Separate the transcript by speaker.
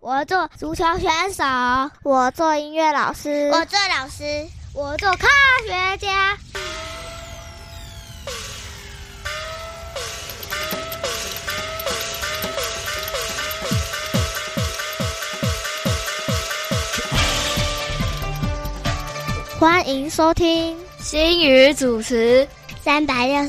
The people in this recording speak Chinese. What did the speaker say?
Speaker 1: 我做足球选手，
Speaker 2: 我做音乐老师，
Speaker 3: 我做老师，
Speaker 1: 我做科学家。
Speaker 2: 欢迎收听
Speaker 4: 星宇主持
Speaker 3: 三百六十